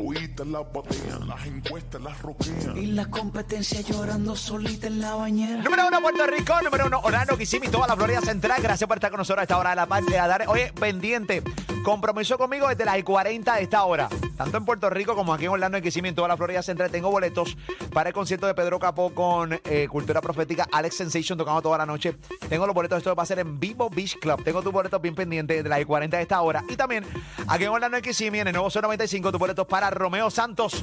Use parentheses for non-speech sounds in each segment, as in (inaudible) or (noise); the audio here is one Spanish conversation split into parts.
Agüita, las batean, las encuestas las roquean. Y la competencia llorando solita en la bañera. Número uno Puerto Rico, número uno Orlando, Kissimmee, toda la Florida Central. Gracias por estar con nosotros a esta hora de la parte de la tarde. Oye, pendiente, compromiso conmigo desde las 40 de esta hora. Tanto en Puerto Rico como aquí en Orlando, en Kissimmee, en toda la Florida Central. Tengo boletos para el concierto de Pedro Capó con eh, Cultura Profética, Alex Sensation tocando toda la noche. Tengo los boletos, esto va a ser en Vivo Beach Club. Tengo tus boletos bien pendientes desde las 40 de esta hora. Y también aquí en Orlando, en Kissimmee, en el nuevo 095, tus boletos para Romeo Santos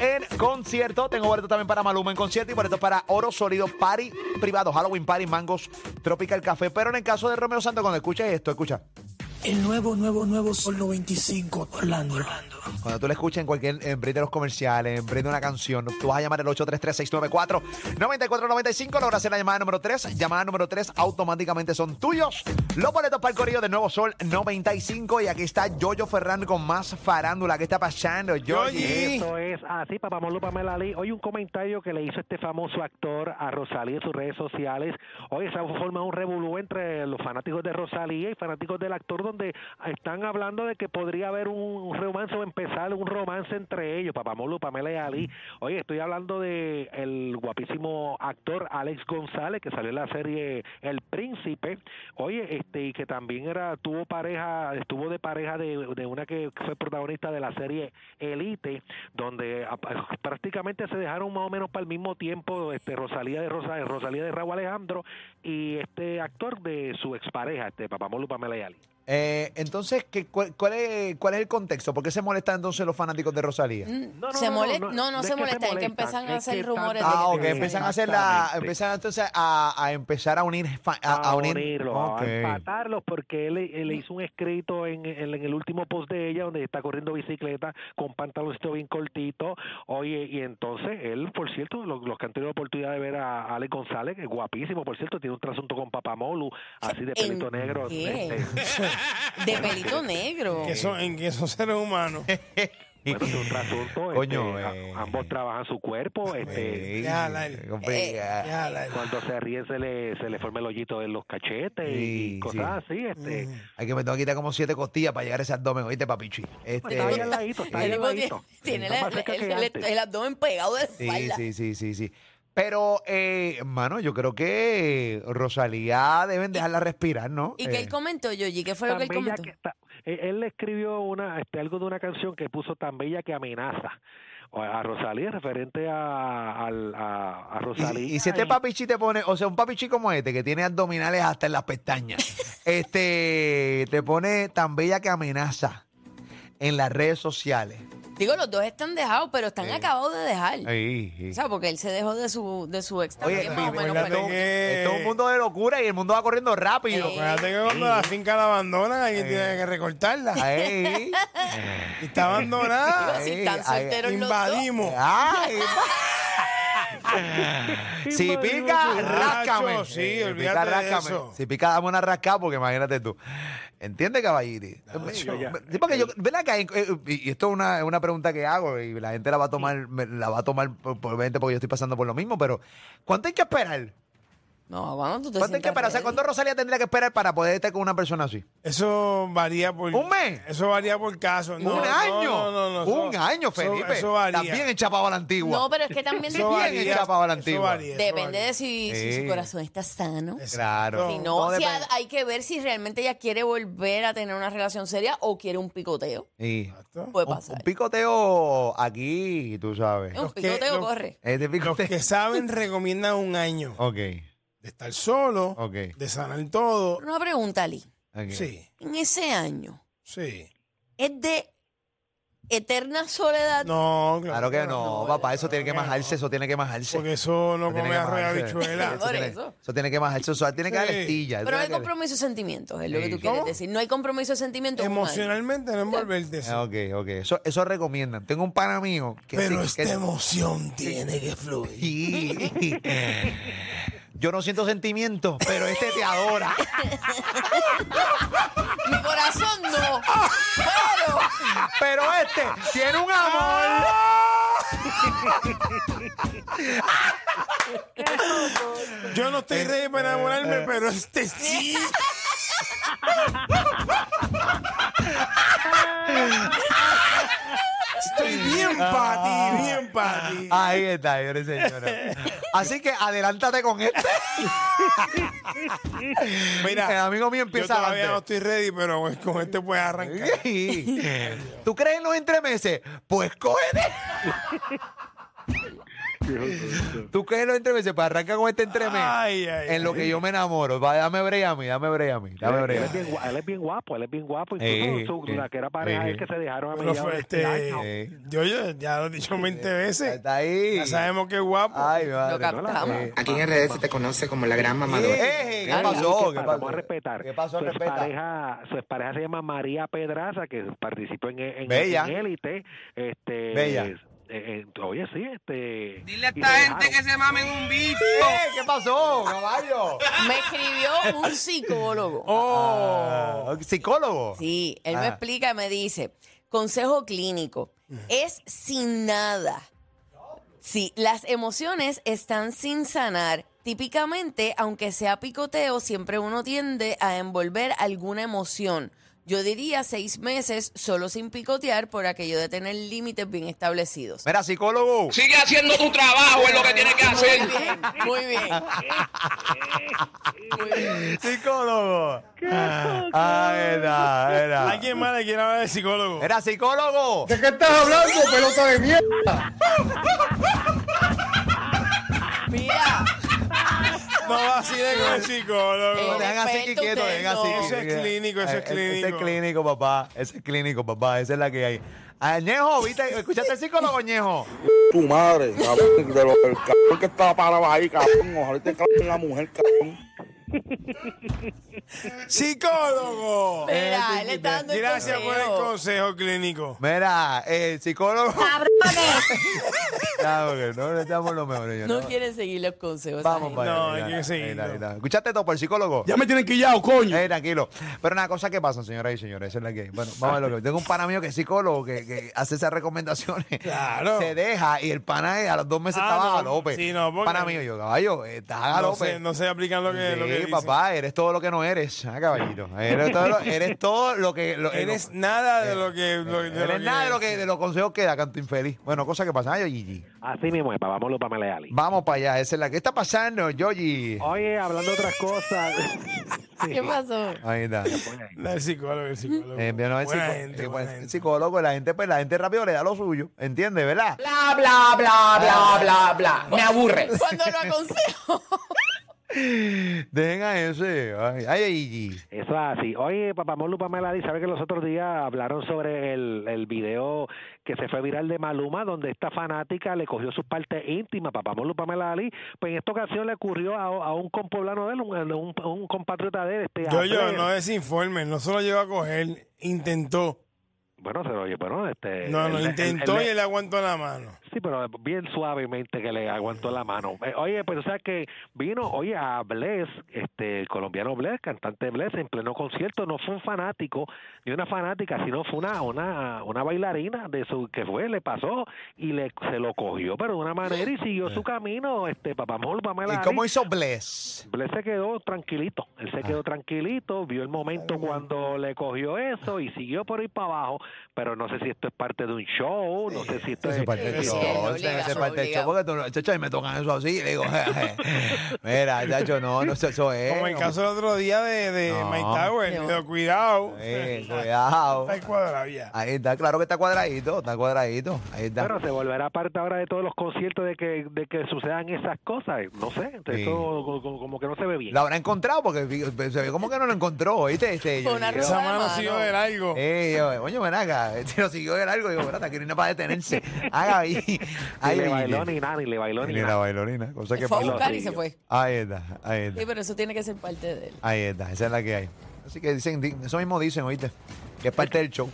en concierto. Tengo boletos también para Maluma en concierto y boletos para Oro Sólido, Party Privado, Halloween Party, Mangos, Tropical Café. Pero en el caso de Romeo Santos, cuando escuches esto, escucha. El nuevo, nuevo, nuevo Sol 95. Orlando, Orlando. Cuando tú le escuches en cualquier en break de los comerciales, en break de una canción, tú vas a llamar el 833-694-9495. Logra hacer la llamada número 3. Llamada número 3 automáticamente son tuyos. Los boletos para el corrido de Nuevo Sol 95. Y aquí está Yoyo Ferrando con más farándula. ¿Qué está pasando, Yoyi? Eso es así, papá Molu, Pamela Lee. Hoy un comentario que le hizo este famoso actor a Rosalía en sus redes sociales. Hoy se ha formado un revolú entre los fanáticos de Rosalía y fanáticos del actor donde están hablando de que podría haber un romance o empezar un romance entre ellos, papá Molu, Pamela y Ali. Oye, estoy hablando de el guapísimo actor Alex González que salió en la serie El Príncipe. Oye, este y que también era tuvo pareja, estuvo de pareja de, de una que fue protagonista de la serie Elite, donde a- a- prácticamente se dejaron más o menos para el mismo tiempo este Rosalía de Rosa, Rosalía de Raúl Alejandro y este actor de su expareja, este Papamolu Pamela y Ali. Eh, entonces, ¿qué, cuál, cuál es, ¿cuál es el contexto? ¿Por qué se molestan entonces los fanáticos de Rosalía? No, no, se no, no, molest- no, no, no no, es se que se molestan, es que molestan, empiezan a es que hacer rumores. tanto- de Ah, que- ok, empiezan a hacer la, Exactamente. empiezan entonces a, a empezar a unir, fa- a, a a unir. unirlos, Ok. a empatarlos, porque él, él le hizo un escrito en, en- en el último post de ella donde está corriendo bicicleta con pantaloncito bien cortito. Oye, y entonces él, por cierto, lo- los, que han tenido la oportunidad de ver a Alex González, que es guapísimo, por cierto, tiene un trasunto con Papamolu, así de pelito ¿En negro. qué? este, (laughs) De pelito negro. que son, en que son seres humanos. bueno, tiene un trasunto. Coño, este, eh. a- ambos trabajan su cuerpo. Este, Ey, Déjala ir. compadre, ah, Déjala ir. Cuando se ríe se le, se le forma el hoyito en los cachetes Sí, y cosas así. Este, Mm. Hay que me tengo que quitar como siete costillas para llegar a ese abdomen, oíste, papichi. Pues Está ahí al Este, ladito, está ahí El al tipo tiene- ladito. tiene Está la- más cerca el, que el- antes. el abdomen pegado de la sí, espalda. sí, sí, sí, sí. Pero, eh, hermano, yo creo que Rosalía deben dejarla respirar, ¿no? ¿Y qué Eh, él comentó, Yoyi? ¿Qué fue lo que Tan él bella comentó? que ta- eh, él le escribió una, este, algo de una canción que puso tan bella que amenaza O a Rosalía, referente a, al- a, a Rosalía. Y, y si este papichi te pone, o sea, un papichi como este, que tiene abdominales hasta en las (laughs) pestañas, este, te pone tan bella que amenaza en las redes sociales. Digo, los dos están dejados, pero están acabados de dejar. Ahí, O sea, porque él se dejó de su, de su ex Oye, también, más o menos, acuérdate pero- Eh, que- Esto es un mundo de locura y el mundo va corriendo rápido. Acuérdate que cuando la finca la abandonan, alguien tiene que Eh. recortarla. Ahí. Y está (laughs) abandonada. Si están Ay, solteros los dos. Invadimos. (laughs) Ay, si pica, muchacho, ráscame. sí, Si pica, olvídate de ráscame. eso. Si pica, dame una rascada, porque imagínate tú. ¿Entiendes, caballito? Sí, porque yo, ven acá, eh, eh, y y esto es una, es una pregunta que hago, y la gente la va a tomar, me- la va a tomar, por- por- obviamente, porque yo estoy pasando por lo mismo, pero ¿cuánto hay que esperar? No, vamos, tú te ¿Cuánto hay que sientas esperar? O sea, ready. ¿cuánto Rosalía tendría que esperar para poder estar con una persona así? Eso varía por. ¿Un mes? Eso varía por caso. No, un no, año. No, no, no, un eso- año, eso- Felipe. Eso, varía. También enchapado a la antigua. No, pero es que también Eso bien varía, enchapado a la eso antigua. varía, eso depende varía. de si, si Sí. su corazón está sano. Claro. Si no, No si depende. ha- hay que ver si realmente ella quiere volver a tener una relación seria o quiere un picoteo. Sí. Puede Un- pasar. Un picoteo aquí, tú sabes. Un que- picoteo los- corre. Este Los (laughs) picoteo. que saben recomiendan un año. Ok. de estar solo, Ok. de sanar todo. Una pregunta, Ali. Ok. Sí, En ese año, sí. ¿es de eterna soledad? No, Claro que no, papá, eso tiene que majarse, eso tiene que majarse. Porque eso no Eso tiene come que arroz y majarse. habichuela. Por tiene, eso. eso tiene que majarse, eso tiene que dar Sí. estilla. eso Pero no hay tiene que- compromiso de sentimientos, es lo que Sí. tú quieres ¿Cómo? decir. No hay compromiso de sentimientos. es un año. Emocionalmente no envolverte. sí. Ah, Ok, ok, eso, eso recomiendan. Tengo un pana mío que... Pero sí, esta que- emoción tiene que fluir. Sí. (laughs) Yo no siento sentimientos, pero este te adora. Mi corazón no. Ah, Pero. Pero este tiene un amor. ¡Ah! Yo no estoy ready para Eh. enamorarme, pero este (laughs) sí. Estoy bien para ti, bien Ah. para ti. Ahí está, señores (laughs) y señores. Así que adelántate con este. (laughs) Mira, el amigo Yo mío empieza todavía no adelante. estoy ready, pero pues, con este puedes arrancar. Sí. ¿Tú crees en los entremeses? Pues cógete. ¿Tú crees en los entremeses? Pues arranca con este entremés. Ay, ay, en lo que yo me enamoro. Va, dame brea a mí, dame brea a mí. Dame Él brea. es, bien, gua- él es bien guapo, él es bien guapo. Incluso Eh, su- eh, la que era pareja eh. es que se dejaron a Pero mediados fue de este, este año. Sí. yo, yo ya lo he dicho 20 veces. Está ahí. Ya sabemos que es guapo. Ay, mi madre. Lo captamos. Eh, Aquí en RD se te conoce como la gran mamadora. eh, ¿Qué Ay, pasó? ¿Qué Vamos a pasó? respetar. Pues, ¿Qué pasó? Su Respeta. expareja, su expareja se llama María Pedraza, que participó en, en, Bella. en Élite. Este, Bella. eh, eh, oye, sí, este... Dile a y esta se gente que dejaron. se mamen un bicho. Eh, ¿Qué pasó, caballo? Me escribió un psicólogo. Oh, psicólogo. Sí, él me Ah. explica, me dice, consejo clínico, es sin nada. Sí, las emociones están sin sanar. Típicamente, aunque sea picoteo, siempre uno tiende a envolver alguna emoción. Yo diría seis meses solo sin picotear por aquello de tener límites bien establecidos. Mira, psicólogo. Sigue haciendo tu trabajo, es lo que tienes que hacer. Muy bien, muy (laughs) bien. Psicólogo. Ah, era, era. ¿Alguien más le quiere hablar de psicólogo? Era psicólogo. qué estás hablando, pelota de mierda? Mira, No vacile con el psicólogo. (laughs) Eh, Dejen así experto quieto, usted, dejen así. no. Eso es clínico, eso es Ese es clínico. clínico, papá. Ese es clínico, papá. Esa es la que hay. Añejo, ¿viste? ¿Escuchaste el psicólogo, Ñejo? Tu madre, cabrón, de lo del cabrón que estaba parado ahí, cabrón. Ojalá te en la mujer, cabrón. ¡Psicólogo! mira, él está dando el Gracias por el consejo. consejo clínico. Mira, el psicólogo. (laughs) Claro que no le damos lo mejor. yo No no. quieren seguir los consejos. Vamos esa gente. para No, allá, hay mira, que seguirlo. mira, mira. ¿Escuchaste todo por el psicólogo? Ya me tienen quillado, coño. Eh, tranquilo. Pero una cosa que pasa, señoras y señores, esa es la que. Bueno, vamos a ver lo que. Tengo un pana mío que es psicólogo que, que hace esas recomendaciones. Claro. Se deja y el pana eh, a los dos meses Ah, estaba no. a López. Sí, no, porque- Pana mío, yo, caballo, eh, estás a No López. se, no se aplican lo que, Sí, lo que dicen. papá, eres todo lo que no eres, ah, caballito. Eres todo lo, eres todo lo que. lo- Eres lo- nada de lo que... lo- de eres lo que nada de lo que de los consejos que da, canto infeliz. Bueno, cosa que pasa. Ay, Gigi. Así mismo es, papá, vámonos para Meleali. Vamos para allá, esa es la que está pasando, Yogi. Oye, hablando de otras cosas... (laughs) ¿Qué (laughs) pasó? Ahí está. El psicólogo, el psicólogo. Eh, bueno, el, Buena psico- gente, eh, buena pues, el gente. psicólogo, la gente, pues la gente rápido le da lo suyo, ¿entiendes, verdad? Bla, bla, bla, bla, bla, bla. Me aburre. Cuando lo (laughs) aconsejo. Dejen a ese. Ay, ay, ay, Eso es así. Oye, Papá Molu, Pamela Di, ¿sabe que los otros días hablaron sobre el, el video que se fue viral de Maluma, donde esta fanática le cogió sus partes íntimas, Papá Molu, Pamela Di? Pues en esta ocasión le ocurrió a, a un compoblano de él, un, un- un compatriota de él. Este, a Yo, yo, Blair. no desinformen, no se lo llevó a coger, intentó. Bueno, se lo oye, pero este... No, él- no, él- intentó él- y él aguantó la mano. Sí, pero bien suavemente que le aguantó la mano. Eh, Oye, pero o sea que vino, oye, a Bless, este, el colombiano Bless, cantante Bless, en pleno concierto, no fue un fanático ni una fanática, sino fue una una, una bailarina de su que fue, le pasó y le se lo cogió, pero de una manera y siguió su camino, este, papá Mol, Pamela ¿Y Ari. cómo hizo Ah. Bless? Bless se quedó tranquilito, él se quedó tranquilito, vio el momento cuando le cogió eso y siguió por ir para abajo, pero no sé si esto es parte de un show, no sé si esto eso es, es parte de un si show. es No, ese- ese es parte del show, porque tú no- chacho, ahí me tocan eso así, y le digo, (laughs) mira, chacho, no, Eh, no sé, eso es. Como el caso del otro día de, de No. Mike Tower. Pero cuidado. Eh, Ah, cuidado. Está cuadrado ya. Ahí está, claro que está cuadradito, está cuadradito. Ahí está. Pero se volverá parte ahora de todos los conciertos de que, de que sucedan esas cosas. eh, No sé, entonces Sí. eso co- co- como, que no se ve bien. ¿La habrá encontrado? Porque vi- se ve como que no lo encontró, ¿oíste? Este, yo Fue una digo, rueda Esa de mano mano. siguió de largo. Eh, yo, oye, ven acá, este lo siguió de largo, digo, ven acá, no para detenerse. Haga ahí. Ahí ni le viene. bailó ni nada, ni le bailó ni Ni la nada. bailonina, cosa que Fue a pasó. buscar y se fue. Ahí está, ahí está. Sí, pero eso tiene que ser parte de él. Ahí está, esa es la que hay. Así que dicen, di- eso mismo dicen, oíste, que es parte del show.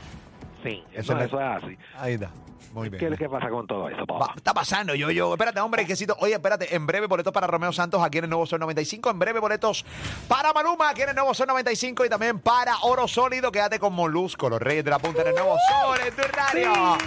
Sí, Eso eso, es- eso es así. Ahí está. Muy bien. ¿Qué es lo que pasa con todo eso, papá? Va- está pasando, yo, yo. Espérate, hombre, quesito. Oye, espérate, en breve boletos para Romeo Santos aquí en el Nuevo Sol 95. En breve boletos para Maluma aquí en el Nuevo Sol 95. Y también para Oro Sólido. Quédate con Molusco, los Reyes de la Punta en el Nuevo Sol, en tu radio.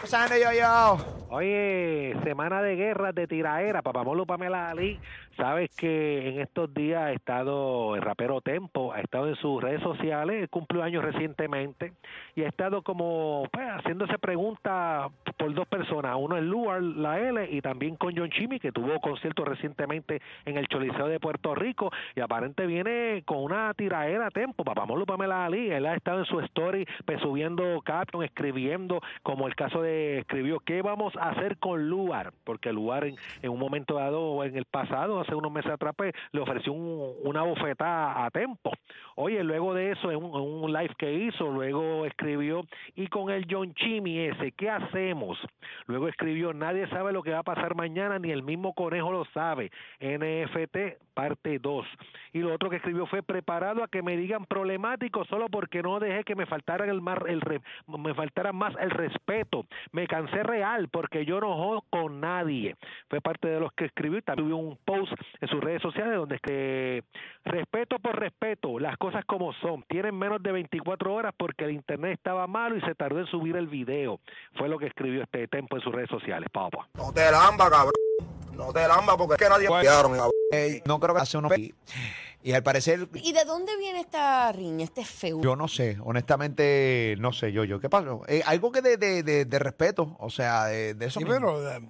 Pasando, yo, yo. Oye, semana de guerra, de tiraera, Papamolo Pamela Ali. Sabes que en estos días ha estado el rapero Tempo, ha estado en sus redes sociales, cumplió años recientemente y ha estado como pues, haciéndose preguntas por dos personas. Uno es Luar, la L, y también con John Chimmy, que tuvo concierto recientemente en el Choliseo de Puerto Rico y aparente viene con una tiraera Tempo, Papamolo Pamela Ali. Él ha estado en su story pues, subiendo caption, escribiendo, como el caso de escribió, ¿qué vamos a hacer con Lugar? Porque Lugar en, en un momento dado, o en el pasado, hace unos meses atrás, pues, le ofreció un- una bofetada a Tempo. Oye, luego de eso, en un, en un live que hizo, luego escribió, y con el John Chimmy ese, ¿qué hacemos? Luego escribió, nadie sabe lo que va a pasar mañana, ni el mismo conejo lo sabe. NFT, parte 2. Y lo otro que escribió fue, preparado a que me digan problemático solo porque no dejé que me faltara, el mar- el re- me faltara más el respeto. Me cansé real porque yo no jodo con nadie. Fue parte de los que escribió. y También hubo un post en sus redes sociales donde es que respeto por respeto, las cosas como son. Tienen menos de 24 horas porque el internet estaba malo y se tardó en subir el video. Fue lo que escribió este tempo en sus redes sociales, papá. No te lamba, cabrón. No te lamba porque es que nadie pillaron, cabrón. Eh, no creo que hace unos. Y, y al parecer, ¿Y de dónde viene esta riña, este feo? yo no sé, honestamente, no sé, yo, yo. ¿Qué pasó? Eh, algo que de, de, de, de respeto, o sea, de, de eso. Sí, mismo. pero eh,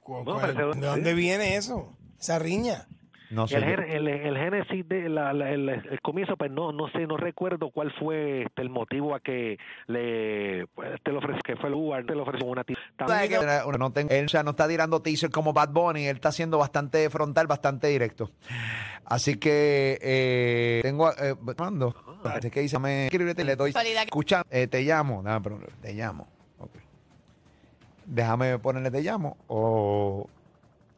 cu- No, cuál- pero- ¿de dónde viene eso? Esa riña. No sé. El, yo- gen- el, el génesis de la- la- el, el comienzo, pues no, no sé, no recuerdo cuál fue este, el motivo a que le pues, te lo ofreció, que fue el Uber, te lo ofreció una tía. ¿Sabes También qué? Uno no ten- él, o sea, no está tirando teaser como Bad Bunny, él está siendo bastante frontal, bastante directo. Así que eh, tengo a- eh, mando. Ah. Así que dice, me escríbete, le doy. Actualidad. Escucha, eh, te llamo. Nada, pero te llamo. Ok. Déjame ponerle te llamo. O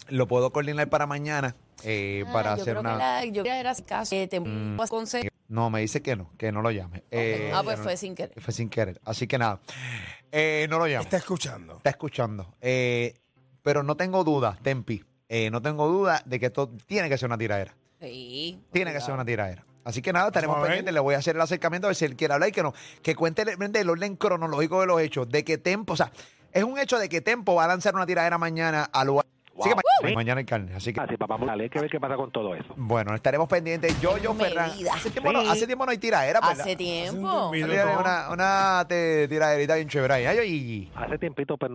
lo puedo coordinar para mañana. eh, Ah, para yo hacer creo una. que era, yo creo que era caso que te consejo. No, me dice que no, que no lo llame. Eh, ah, pues no- fue sin querer. fue sin querer. Así que nada. Eh, no lo llamo. Está escuchando. está escuchando. Eh, pero no tengo duda, Tempi. eh, no tengo duda de que esto tiene que ser una tiradera. Sí. Tiene que ser una tiradera. Así que nada, estaremos Vamos a ver. pendientes. Le voy a hacer el acercamiento a ver si él quiere hablar y que no. Que cuente el, el orden cronológico de los hechos. De que Tempo, o sea, es un hecho de que Tempo va a lanzar una tiradera mañana al lugar. Así que Wow. ma- Sí. mañana el carne. Así que. Así, papá, dale, hay que ver qué pasa con todo eso. Bueno, estaremos pendientes. Yo, yo, En Ferran. medida. Hace tiempo, no, Sí. hace tiempo no hay tiradera, ¿verdad? Hace Hace tiempo. un Hace tiempo minuto. Una, una te- tiraderita bien chévere ahí. Ay, ay, ay. Hace tiempito, pues